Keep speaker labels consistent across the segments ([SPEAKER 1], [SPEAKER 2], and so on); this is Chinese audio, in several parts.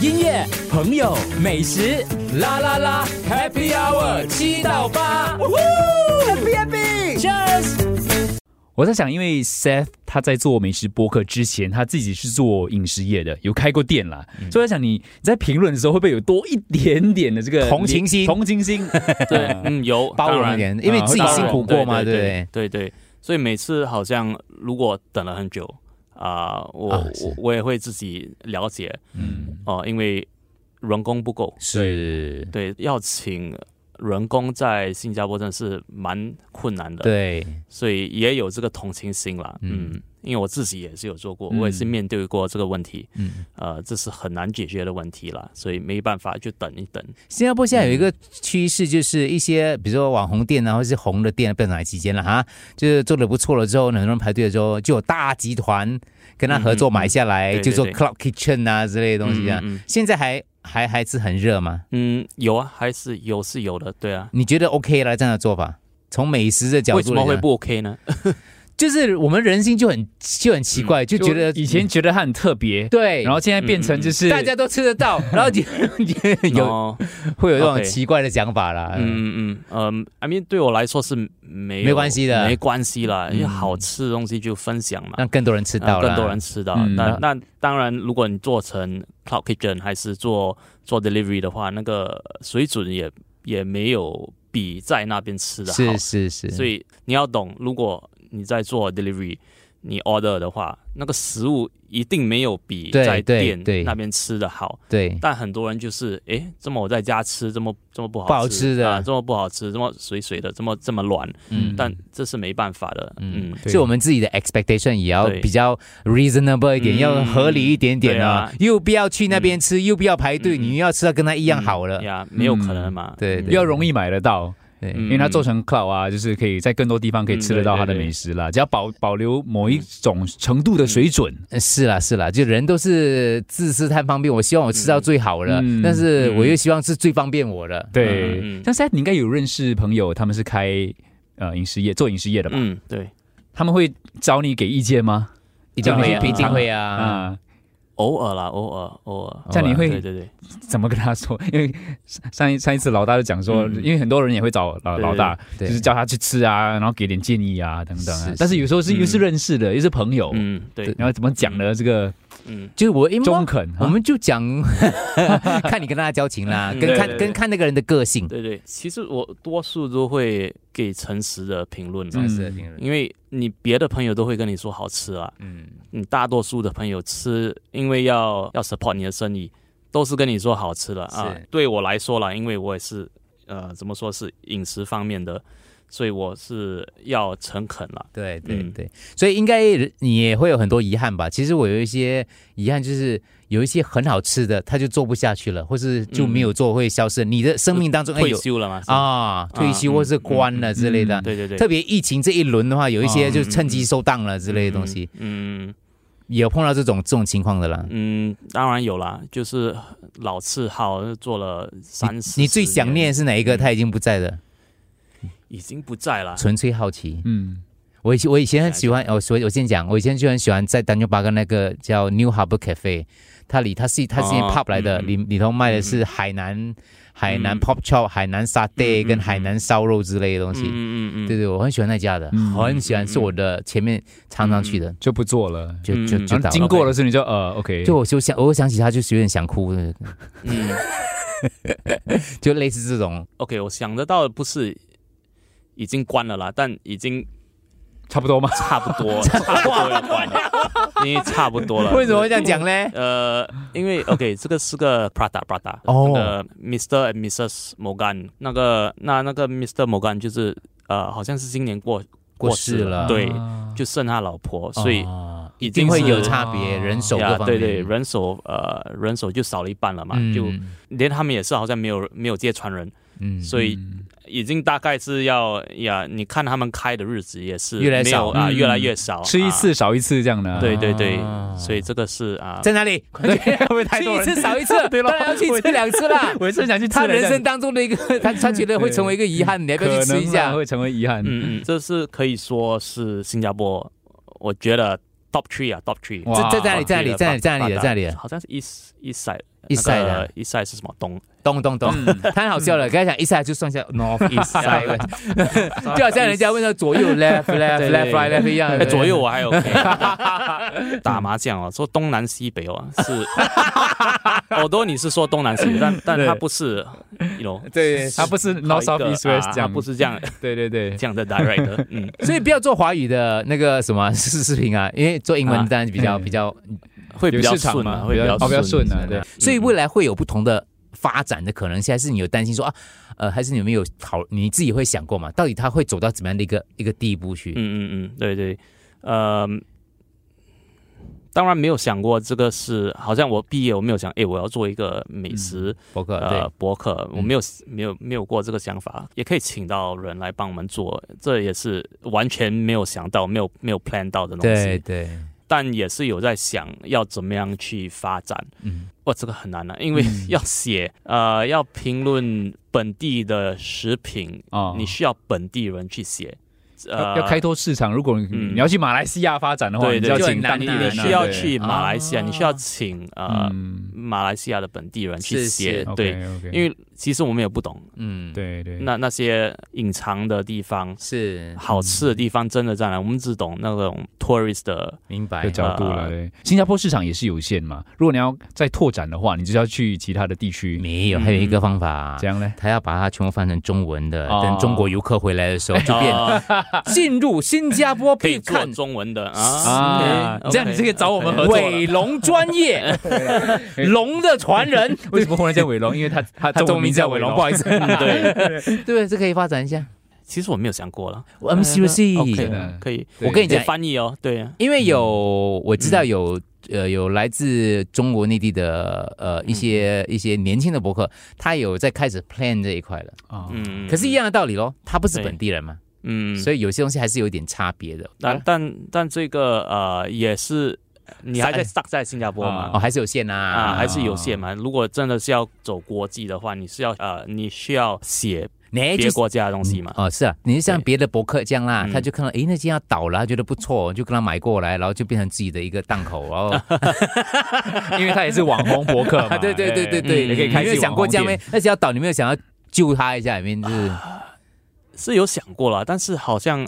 [SPEAKER 1] 音乐、朋友、美食，啦啦啦，Happy Hour 七到八，Happy Happy，Cheers。我在想，因为 Seth 他在做美食播客之前，他自己是做饮食业的，有开过店啦，
[SPEAKER 2] 嗯
[SPEAKER 1] 所以我在想你在评论的时候会不会有多一点点的这个
[SPEAKER 2] 同情心
[SPEAKER 1] 同情心，
[SPEAKER 3] 对，嗯，有
[SPEAKER 2] 哎包容一，点，因为自己
[SPEAKER 3] 当然
[SPEAKER 2] 辛苦过嘛，
[SPEAKER 3] 对
[SPEAKER 2] 对不
[SPEAKER 3] 对
[SPEAKER 2] 对？
[SPEAKER 3] 对对所以每次好像如果等了很久啊、我、
[SPEAKER 2] 啊是
[SPEAKER 3] 我我也会自己了解
[SPEAKER 1] 嗯，
[SPEAKER 3] 哦、因为人工不够，
[SPEAKER 2] 是，
[SPEAKER 3] 对，要请人工在新加坡真的是蛮困难的，，
[SPEAKER 2] 对，
[SPEAKER 3] 所以也有这个同情心啦，
[SPEAKER 2] 嗯
[SPEAKER 3] 嗯。因为我自己也是有做过，
[SPEAKER 1] 嗯
[SPEAKER 3] 我也是面对过这个问题，
[SPEAKER 2] 嗯。
[SPEAKER 3] 呃，这是很难解决的问题啦，所以没办法，就等一等。
[SPEAKER 2] 新加坡现在有一个趋势，就是一些比如说网红店啊，或是红的店，不要哪期间了哈，就是做的不错了之后，很多人排队的时候，就有大集团跟他合作
[SPEAKER 3] 嗯嗯嗯
[SPEAKER 2] 买下来，
[SPEAKER 3] 对
[SPEAKER 2] 就做
[SPEAKER 3] 对对
[SPEAKER 2] Club Kitchen 啊之类的东西啊。
[SPEAKER 3] 嗯嗯
[SPEAKER 2] 现在还还还是很热吗？
[SPEAKER 3] 嗯，有啊，还是有是有的，对啊。
[SPEAKER 2] 你觉得 OK 啦？这样的做法，从美食的角
[SPEAKER 3] 为
[SPEAKER 2] 度
[SPEAKER 3] 什
[SPEAKER 2] 来
[SPEAKER 3] 么
[SPEAKER 2] 讲，
[SPEAKER 3] 会不 OK 呢？
[SPEAKER 2] 就是我们人心就很就很奇 怪，就觉得
[SPEAKER 1] 以前觉得他很特别，
[SPEAKER 2] 对，嗯
[SPEAKER 1] 然后现在变成就是
[SPEAKER 2] 大家都吃得到，然后就 有
[SPEAKER 3] 哦
[SPEAKER 2] 会有这种
[SPEAKER 3] OK
[SPEAKER 2] 奇怪的想法啦。嗯，
[SPEAKER 3] 嗯嗯嗯，I mean，对我来说是没有
[SPEAKER 2] 没关系的
[SPEAKER 3] 没关系啦，
[SPEAKER 2] 嗯
[SPEAKER 3] 因为好吃的东西就分享嘛，
[SPEAKER 2] 让更多人吃到
[SPEAKER 3] 让
[SPEAKER 2] 了，
[SPEAKER 3] 更多人吃到。
[SPEAKER 1] 嗯
[SPEAKER 3] 那那当然，如果你做成 cloud kitchen 还是做做 delivery 的话，那个水准也也没有比在那边吃的好
[SPEAKER 2] 是。是是，
[SPEAKER 3] 所以你要懂，如果你在做 delivery，你 order 的话，那个食物一定没有比
[SPEAKER 2] 对
[SPEAKER 3] 在
[SPEAKER 2] 对
[SPEAKER 3] 店
[SPEAKER 2] 对
[SPEAKER 3] 那边吃的好。
[SPEAKER 2] 对。
[SPEAKER 3] 但很多人就是，诶，这么我在家吃，这么这么不好
[SPEAKER 2] 不好吃的
[SPEAKER 3] 啊，这么不好吃，这么水水的，这么这么软，
[SPEAKER 2] 嗯
[SPEAKER 3] 但这是没办法的，
[SPEAKER 2] 嗯
[SPEAKER 3] 嗯，，
[SPEAKER 2] 所以我们自己的 expectation 也要
[SPEAKER 3] 对
[SPEAKER 2] 比较 reasonable 一点，
[SPEAKER 3] 嗯
[SPEAKER 2] 要合理一点点
[SPEAKER 3] 对
[SPEAKER 2] 啊
[SPEAKER 3] 啊，
[SPEAKER 2] 又不要去那边吃，又不要排队，
[SPEAKER 3] 嗯
[SPEAKER 2] 你又要吃到跟他一样
[SPEAKER 3] 嗯
[SPEAKER 2] 好了。
[SPEAKER 3] 呀，没有可能嘛，
[SPEAKER 2] 对
[SPEAKER 3] 嗯
[SPEAKER 2] 对
[SPEAKER 1] 比较容易买得到。
[SPEAKER 2] 对，
[SPEAKER 3] 嗯
[SPEAKER 1] 因为它做成 cloud 啊，就是可以在更多地方可以吃得到它的美食啦。只要保保留某
[SPEAKER 3] 嗯
[SPEAKER 1] 一种程度的水准，
[SPEAKER 2] 呃是啦是啦，就人都是自私贪方便，我希望我吃到最好的，
[SPEAKER 1] 嗯
[SPEAKER 2] 但是我又希望是最方便我的。
[SPEAKER 1] 对。
[SPEAKER 3] 嗯嗯
[SPEAKER 1] 像 Seth，你应该有认识朋友，他们是开呃饮食业、做饮食业的吧？
[SPEAKER 3] 嗯，对，
[SPEAKER 1] 他们会找你给意见吗？
[SPEAKER 2] 一定
[SPEAKER 3] 对
[SPEAKER 2] 会
[SPEAKER 3] 啊
[SPEAKER 2] 一定会啊，
[SPEAKER 1] 啊，
[SPEAKER 3] 偶尔啦，偶尔，偶尔，
[SPEAKER 2] 哦
[SPEAKER 1] 这样你
[SPEAKER 3] 对
[SPEAKER 1] 会
[SPEAKER 3] 对对，
[SPEAKER 1] 怎么跟他说？因为上上一上一次老大就讲说，
[SPEAKER 3] 嗯
[SPEAKER 1] 因为很多人也会找老
[SPEAKER 3] 对
[SPEAKER 1] 老大，就
[SPEAKER 2] 对
[SPEAKER 1] 是叫他去吃啊，然后给点建议啊等等啊
[SPEAKER 2] 是。
[SPEAKER 1] 但是有时候是
[SPEAKER 3] 嗯
[SPEAKER 1] 又是认识的，又是朋
[SPEAKER 2] 哦
[SPEAKER 1] 友，
[SPEAKER 3] 嗯，对，
[SPEAKER 1] 然后怎么讲呢？这个
[SPEAKER 3] 嗯，
[SPEAKER 2] 就是我因为
[SPEAKER 1] 中肯，啊
[SPEAKER 2] 我
[SPEAKER 1] 哈
[SPEAKER 2] 们就讲 看你跟他交情啦，
[SPEAKER 3] 嗯
[SPEAKER 2] 跟
[SPEAKER 3] 对
[SPEAKER 2] 看
[SPEAKER 3] 对对
[SPEAKER 2] 跟看那个人的个性。
[SPEAKER 3] 对对，其实我多数都会给诚实的评论啦
[SPEAKER 1] 嗯
[SPEAKER 3] 因为你别的朋友都会跟你说好吃啊，
[SPEAKER 2] 嗯，
[SPEAKER 3] 你大多数的朋友吃，因为要要 support 你的生意，都是跟你说好吃的啊
[SPEAKER 2] 是。
[SPEAKER 3] 对我来说啦，因为我也是呃，怎么说是饮食方面的，所以我是要诚恳啦。
[SPEAKER 2] 对对
[SPEAKER 3] 嗯
[SPEAKER 2] 对，所以应该你也会有很多遗憾吧？其实我有一些遗憾，就是有一些很好吃的，他就做不下去了，或是就没有做，会消失。你的生命当中哎
[SPEAKER 3] 退
[SPEAKER 2] 有
[SPEAKER 3] 休了嘛？是吧，
[SPEAKER 2] 啊，退休
[SPEAKER 3] 嗯
[SPEAKER 2] 或是关了之类的。
[SPEAKER 3] 对对对，
[SPEAKER 2] 特别疫情这一轮的话，有一些
[SPEAKER 1] 哦
[SPEAKER 2] 就趁机收档了之类的东西，
[SPEAKER 3] 嗯
[SPEAKER 2] 也有碰到这种这种情况的啦。
[SPEAKER 3] 嗯，当然有啦，就是老字号做了三十，
[SPEAKER 2] 你最想念是哪一个？
[SPEAKER 3] 嗯
[SPEAKER 2] 他已经不在了，
[SPEAKER 3] 已经不在了。
[SPEAKER 2] 纯粹好奇。
[SPEAKER 1] 嗯
[SPEAKER 2] 我以前我以前很喜欢，哦我所以我先讲，我以前就很喜欢在丹尼巴根那个叫 New Harbor Cafe，它里它是它是一
[SPEAKER 3] 哦
[SPEAKER 2] pub 来的，
[SPEAKER 3] 嗯嗯嗯
[SPEAKER 2] 里里头卖的是海南海南 pop chop、海南沙爹
[SPEAKER 3] 嗯嗯
[SPEAKER 2] 跟
[SPEAKER 3] 嗯
[SPEAKER 2] 海南烧肉之类的东西。
[SPEAKER 3] 嗯嗯嗯
[SPEAKER 2] 对
[SPEAKER 3] 嗯，
[SPEAKER 2] 对，我很喜欢那家的，
[SPEAKER 1] 嗯
[SPEAKER 2] 我很喜欢，是我的前面常常去的，
[SPEAKER 1] 就不做了。
[SPEAKER 2] 就
[SPEAKER 3] 嗯
[SPEAKER 2] 就
[SPEAKER 3] 嗯
[SPEAKER 2] 就
[SPEAKER 1] 然后
[SPEAKER 2] 到
[SPEAKER 1] 经过的时候你就呃 OK，
[SPEAKER 2] 就我就想，我想起他就是有点想哭，
[SPEAKER 3] 嗯
[SPEAKER 2] 就类似这 种，
[SPEAKER 3] ，OK，我想得到的不是已经关了啦，但已经
[SPEAKER 1] 差不多吗？
[SPEAKER 3] 差不 多，差不多要关了，因为差不多了。
[SPEAKER 2] 为什么会这样讲呢？
[SPEAKER 3] 呃，因为 OK，这个是个 Prada Prada，
[SPEAKER 2] 哦
[SPEAKER 3] 那个 Mr. and Mrs. Morgan，那个那那个 Mr. Morgan 就是呃，好像是今年过
[SPEAKER 2] 过
[SPEAKER 3] 世
[SPEAKER 2] 世了，
[SPEAKER 3] 对
[SPEAKER 1] 啊
[SPEAKER 3] 就剩他老婆，所以、
[SPEAKER 2] 啊
[SPEAKER 3] 已
[SPEAKER 2] 一定
[SPEAKER 3] 经
[SPEAKER 2] 会
[SPEAKER 3] 是
[SPEAKER 2] 有差别，人手
[SPEAKER 3] 呀
[SPEAKER 2] 各方
[SPEAKER 3] 对
[SPEAKER 2] 面，
[SPEAKER 3] 对，人手呃人手就少了一半了嘛，
[SPEAKER 2] 嗯
[SPEAKER 3] 就连他们也是好像没有没有接传人，
[SPEAKER 2] 嗯
[SPEAKER 3] 所以
[SPEAKER 1] 嗯
[SPEAKER 3] 已经大概是要呀，你看他们开的日子也是
[SPEAKER 2] 越来越
[SPEAKER 3] 没有
[SPEAKER 2] 少
[SPEAKER 3] 啊、
[SPEAKER 1] 嗯
[SPEAKER 3] 越来越少，
[SPEAKER 1] 吃一次
[SPEAKER 3] 啊
[SPEAKER 1] 少一次这样的。
[SPEAKER 3] 对对对，
[SPEAKER 1] 哦
[SPEAKER 2] 啊
[SPEAKER 3] 所以这个是 啊，
[SPEAKER 2] 在哪里？
[SPEAKER 1] 对， 会不会太
[SPEAKER 2] 去
[SPEAKER 1] 多
[SPEAKER 2] 一
[SPEAKER 1] 人
[SPEAKER 2] 次少一次，
[SPEAKER 1] 对咯。
[SPEAKER 2] 当然要去一次两次啦
[SPEAKER 1] 我也是想去吃
[SPEAKER 2] 他
[SPEAKER 1] 了这
[SPEAKER 2] 人
[SPEAKER 1] 样
[SPEAKER 2] 生当中的一个，他他觉得会成为一个遗憾，你要不
[SPEAKER 1] 可
[SPEAKER 2] 要
[SPEAKER 1] 能
[SPEAKER 2] 去吃一
[SPEAKER 1] 啊
[SPEAKER 2] 下？
[SPEAKER 1] 会成为遗憾。
[SPEAKER 3] 嗯，嗯，这是可以说是新加坡，我觉得 top three 啊，top three。
[SPEAKER 1] 哇
[SPEAKER 2] 这这在哪里？在哪里？在哪里？在哪里？在哪里？
[SPEAKER 3] 好像是 East East Side
[SPEAKER 2] 一赛
[SPEAKER 3] 那
[SPEAKER 1] 啊
[SPEAKER 2] 的
[SPEAKER 3] 个一赛是什么 东？
[SPEAKER 2] 懂懂
[SPEAKER 1] 嗯
[SPEAKER 2] 懂，太好笑了。刚才讲一赛就算 一下 north east side west，就好像人家问到左右 left left
[SPEAKER 3] 对
[SPEAKER 2] left right left 一样
[SPEAKER 3] 哎，，左右我还 OK。打麻将哦，说东南西北哦， 是。我多你是说东南西北，但但它
[SPEAKER 1] 对
[SPEAKER 3] 不是，you know，
[SPEAKER 2] 对，
[SPEAKER 1] 它不是 north
[SPEAKER 3] 靠
[SPEAKER 1] south
[SPEAKER 3] 一个
[SPEAKER 1] east west
[SPEAKER 3] 啊
[SPEAKER 1] 这
[SPEAKER 3] 它
[SPEAKER 1] 样，
[SPEAKER 3] 不是这样
[SPEAKER 1] 对对 对，
[SPEAKER 3] 这样的 direct 的，嗯，
[SPEAKER 2] 所以不要做华语的那个什么视视频啊，因为做英文
[SPEAKER 3] 啊
[SPEAKER 2] 当然比较
[SPEAKER 1] 嗯
[SPEAKER 2] 比较，
[SPEAKER 3] 会比较
[SPEAKER 1] 有市场
[SPEAKER 3] 顺
[SPEAKER 1] 嘛
[SPEAKER 3] 啊，会比
[SPEAKER 1] 比较
[SPEAKER 3] 较
[SPEAKER 1] 哦比较顺啊
[SPEAKER 3] 嗯
[SPEAKER 1] 对
[SPEAKER 2] 所以未来会有不同的发展的可能性，还是你有担心说啊，呃，还是你有没有考你自己会想过嘛？到底他会走到怎么样的一个一个地步去？
[SPEAKER 3] 嗯嗯嗯，对对，呃，当然没有想过这个是，好像我毕业我没有想，诶，我要做一个美食、
[SPEAKER 2] 博客
[SPEAKER 3] 呃
[SPEAKER 2] 对，
[SPEAKER 3] 博客，我
[SPEAKER 2] 嗯
[SPEAKER 3] 没有、没有没有过这个想法，也可以请到人来帮我们做，这也是完全没有想到，没有没有 plan 到的东
[SPEAKER 2] 对
[SPEAKER 3] 西，
[SPEAKER 2] 对，
[SPEAKER 3] 但也是有在想要怎么样去发展。
[SPEAKER 2] 嗯，
[SPEAKER 3] 哇，这个很难啊，因为
[SPEAKER 1] 嗯
[SPEAKER 3] 要写、呃要评论本地的食品，
[SPEAKER 1] 哦
[SPEAKER 3] 你需要本地人去写。呃
[SPEAKER 1] 要，要开拓市场。如果你
[SPEAKER 3] 嗯
[SPEAKER 1] 你要去马来西亚发展的话，你
[SPEAKER 3] 对对
[SPEAKER 1] 就要
[SPEAKER 2] 就很
[SPEAKER 1] 请
[SPEAKER 2] 难
[SPEAKER 1] 当地
[SPEAKER 2] 一点
[SPEAKER 1] 人
[SPEAKER 3] 你
[SPEAKER 1] 啊，
[SPEAKER 3] 需要
[SPEAKER 1] 对
[SPEAKER 3] 去马来西亚，
[SPEAKER 2] 啊
[SPEAKER 3] 你需要请呃
[SPEAKER 1] 嗯
[SPEAKER 3] 马来西亚的本地人去
[SPEAKER 2] 是
[SPEAKER 3] 写
[SPEAKER 2] 是，
[SPEAKER 3] 对，
[SPEAKER 1] ，OK，
[SPEAKER 3] 因为其实我们也不懂，
[SPEAKER 2] 嗯，，
[SPEAKER 1] 对对，
[SPEAKER 3] 那那些隐藏的地方、
[SPEAKER 2] 是
[SPEAKER 3] 好吃的地方真的在哪？我们只懂那种 tourist 的，
[SPEAKER 2] 明白
[SPEAKER 1] 的。角度了。
[SPEAKER 3] 呃
[SPEAKER 1] 对，新加坡市场也是有限嘛。如果你要再拓展的话，你就要去其他的地区，
[SPEAKER 2] 没有，还有一个
[SPEAKER 3] 嗯
[SPEAKER 2] 方法
[SPEAKER 1] 这。样呢？
[SPEAKER 2] 他要把它全部翻成中文的，
[SPEAKER 1] 哦
[SPEAKER 2] 等中国游客回来的时候就变
[SPEAKER 3] 啊，
[SPEAKER 2] 进入新加坡
[SPEAKER 3] 可以
[SPEAKER 2] 必
[SPEAKER 3] 做
[SPEAKER 2] 看
[SPEAKER 3] 中文的
[SPEAKER 1] 啊
[SPEAKER 3] 啊，OK，OK，
[SPEAKER 1] 这样你就可以找我们合作了
[SPEAKER 2] 伟龙专 业，龙的传 人，
[SPEAKER 1] 为什么忽然叫伟龙？因为他他中文名叫伟龙，不好意思。
[SPEAKER 3] 嗯 对，
[SPEAKER 2] 对，这可以发展一下。
[SPEAKER 3] 其实我没有想过了。
[SPEAKER 2] 我们是不 是？
[SPEAKER 3] OK
[SPEAKER 1] 的
[SPEAKER 3] 的，可以。
[SPEAKER 2] 我跟你
[SPEAKER 3] 你
[SPEAKER 2] 讲，
[SPEAKER 3] 翻译哦，对，
[SPEAKER 2] 因为有
[SPEAKER 3] 嗯
[SPEAKER 2] 我知道有呃有来自中国内地的呃一些
[SPEAKER 3] 嗯
[SPEAKER 2] 一些年轻的博客，他有在开始 plan 这一块了。
[SPEAKER 1] 啊，
[SPEAKER 3] 嗯，
[SPEAKER 2] 可是，一样的道理咯，他不是
[SPEAKER 3] 对
[SPEAKER 2] 本地人嘛，
[SPEAKER 3] 嗯，
[SPEAKER 2] 所以有些东西还是有点差别的。
[SPEAKER 3] 但但但这个呃也是，哎你还在 stuck 在新加坡
[SPEAKER 1] 啊
[SPEAKER 3] 嘛
[SPEAKER 2] 哦，？还是有限
[SPEAKER 3] 啊，
[SPEAKER 2] 啊。
[SPEAKER 3] 还是有限嘛。如果真的是要走国际的话，你是要呃，你需要写
[SPEAKER 2] 你
[SPEAKER 3] 别
[SPEAKER 2] 哎就
[SPEAKER 3] 国家的东西嘛？
[SPEAKER 2] 哦，是啊，你就像别的博客这样啦，
[SPEAKER 3] 嗯
[SPEAKER 2] 他就看到诶，那间要倒了，他觉得不错，就跟他买过来，然后就变成自己的一个档口，哦然 后
[SPEAKER 1] 因为他也是网红博客嘛。
[SPEAKER 2] 啊， 对对对对
[SPEAKER 1] 嗯
[SPEAKER 2] 对，
[SPEAKER 1] 也可以
[SPEAKER 2] 你
[SPEAKER 1] 开
[SPEAKER 2] 没有
[SPEAKER 1] 启
[SPEAKER 2] 想过这样
[SPEAKER 1] 网红
[SPEAKER 2] 没？那些要倒，你没有想要救他一下，里面就是
[SPEAKER 3] 是有想过了，但是好像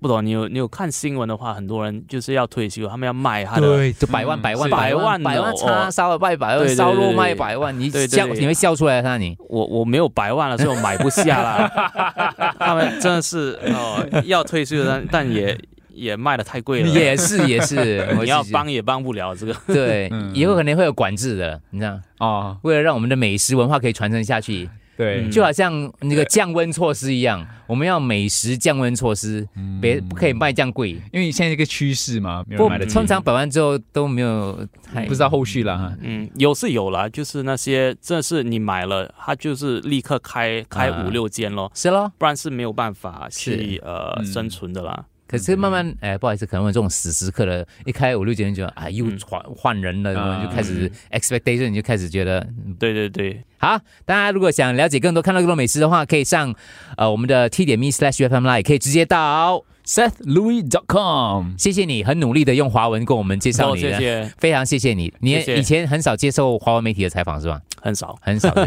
[SPEAKER 3] 不懂。你有你有看新闻的话，很多人就是要退休，他们要卖他的。
[SPEAKER 2] 就百万
[SPEAKER 1] 嗯
[SPEAKER 2] 百万
[SPEAKER 1] 是
[SPEAKER 2] 百万
[SPEAKER 3] 百
[SPEAKER 2] 百
[SPEAKER 3] 万
[SPEAKER 2] 万
[SPEAKER 3] 哦
[SPEAKER 2] 叉烧了卖百
[SPEAKER 3] 对
[SPEAKER 2] 万，
[SPEAKER 3] 对
[SPEAKER 2] 烧肉
[SPEAKER 3] 对
[SPEAKER 2] 卖
[SPEAKER 3] 对
[SPEAKER 2] 百万，你
[SPEAKER 3] 对对
[SPEAKER 2] 笑
[SPEAKER 3] 对
[SPEAKER 2] 你会笑出来的，你
[SPEAKER 3] 我我没有百万了，所以我买不下了。 他们真的是哦、要退休，但但也也卖的太贵了。
[SPEAKER 2] 也是也是，我
[SPEAKER 3] 你要
[SPEAKER 2] 是
[SPEAKER 3] 帮也帮不了这个。
[SPEAKER 2] 对
[SPEAKER 1] 嗯，
[SPEAKER 2] 以后可能会有管制的，你知道，
[SPEAKER 1] 哦，
[SPEAKER 2] 为了让我们的美食文化可以传承下去，
[SPEAKER 1] 对
[SPEAKER 3] 嗯，
[SPEAKER 2] 就好像那个降温措施一样，我们要美食降温措施，别不可以卖这样贵。
[SPEAKER 1] 因为现在这个趋势嘛，没有
[SPEAKER 2] 不
[SPEAKER 1] 人买得，起，
[SPEAKER 2] 通常百万之后都没有太
[SPEAKER 1] 不知道后续了哈。
[SPEAKER 3] 嗯，有是有啦，就是那些真的是你买了，他就是立刻开开
[SPEAKER 2] 啊
[SPEAKER 3] 五六间咯，
[SPEAKER 2] 是咯。
[SPEAKER 3] 不然是没有办法去呃、
[SPEAKER 1] 嗯
[SPEAKER 3] 生存的啦。
[SPEAKER 2] 可是慢慢，哎，不好意思，可能我这种死时刻的，一开五六节你就啊又
[SPEAKER 3] 嗯
[SPEAKER 2] 换换人了，
[SPEAKER 1] 啊
[SPEAKER 2] 然后就开始 expectation，你就开始觉得嗯
[SPEAKER 3] 对对对，
[SPEAKER 2] 好。大家如果想了解更多、看到更多美食的话，可以上呃我们的 t 点 me slash fm line，可以直接到。
[SPEAKER 1] SethLouis.com
[SPEAKER 2] 谢谢你很努力的用华文跟我们介绍
[SPEAKER 3] 哦，
[SPEAKER 2] 你
[SPEAKER 3] 谢
[SPEAKER 1] 啊
[SPEAKER 2] 的，
[SPEAKER 3] 谢，
[SPEAKER 2] 非常谢谢你。你
[SPEAKER 3] 谢谢
[SPEAKER 2] 以前很少接受华文媒体的采访是吧？
[SPEAKER 3] 很少。
[SPEAKER 2] 很少的，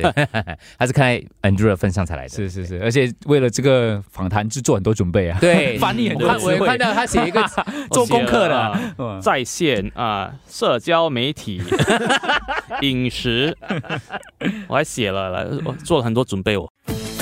[SPEAKER 2] 还是看在 Andrew 的份上才来的。
[SPEAKER 1] 是是是，而且为了这个访谈制作很多准备啊，
[SPEAKER 2] 对，
[SPEAKER 1] 翻译很
[SPEAKER 2] 我
[SPEAKER 1] 多哦
[SPEAKER 2] 看
[SPEAKER 1] 词汇
[SPEAKER 2] 我看到他写一个
[SPEAKER 1] 做功课的
[SPEAKER 3] 我写了啊在线啊、社交 媒体、饮食，我还写了了，我做了很多准备哦。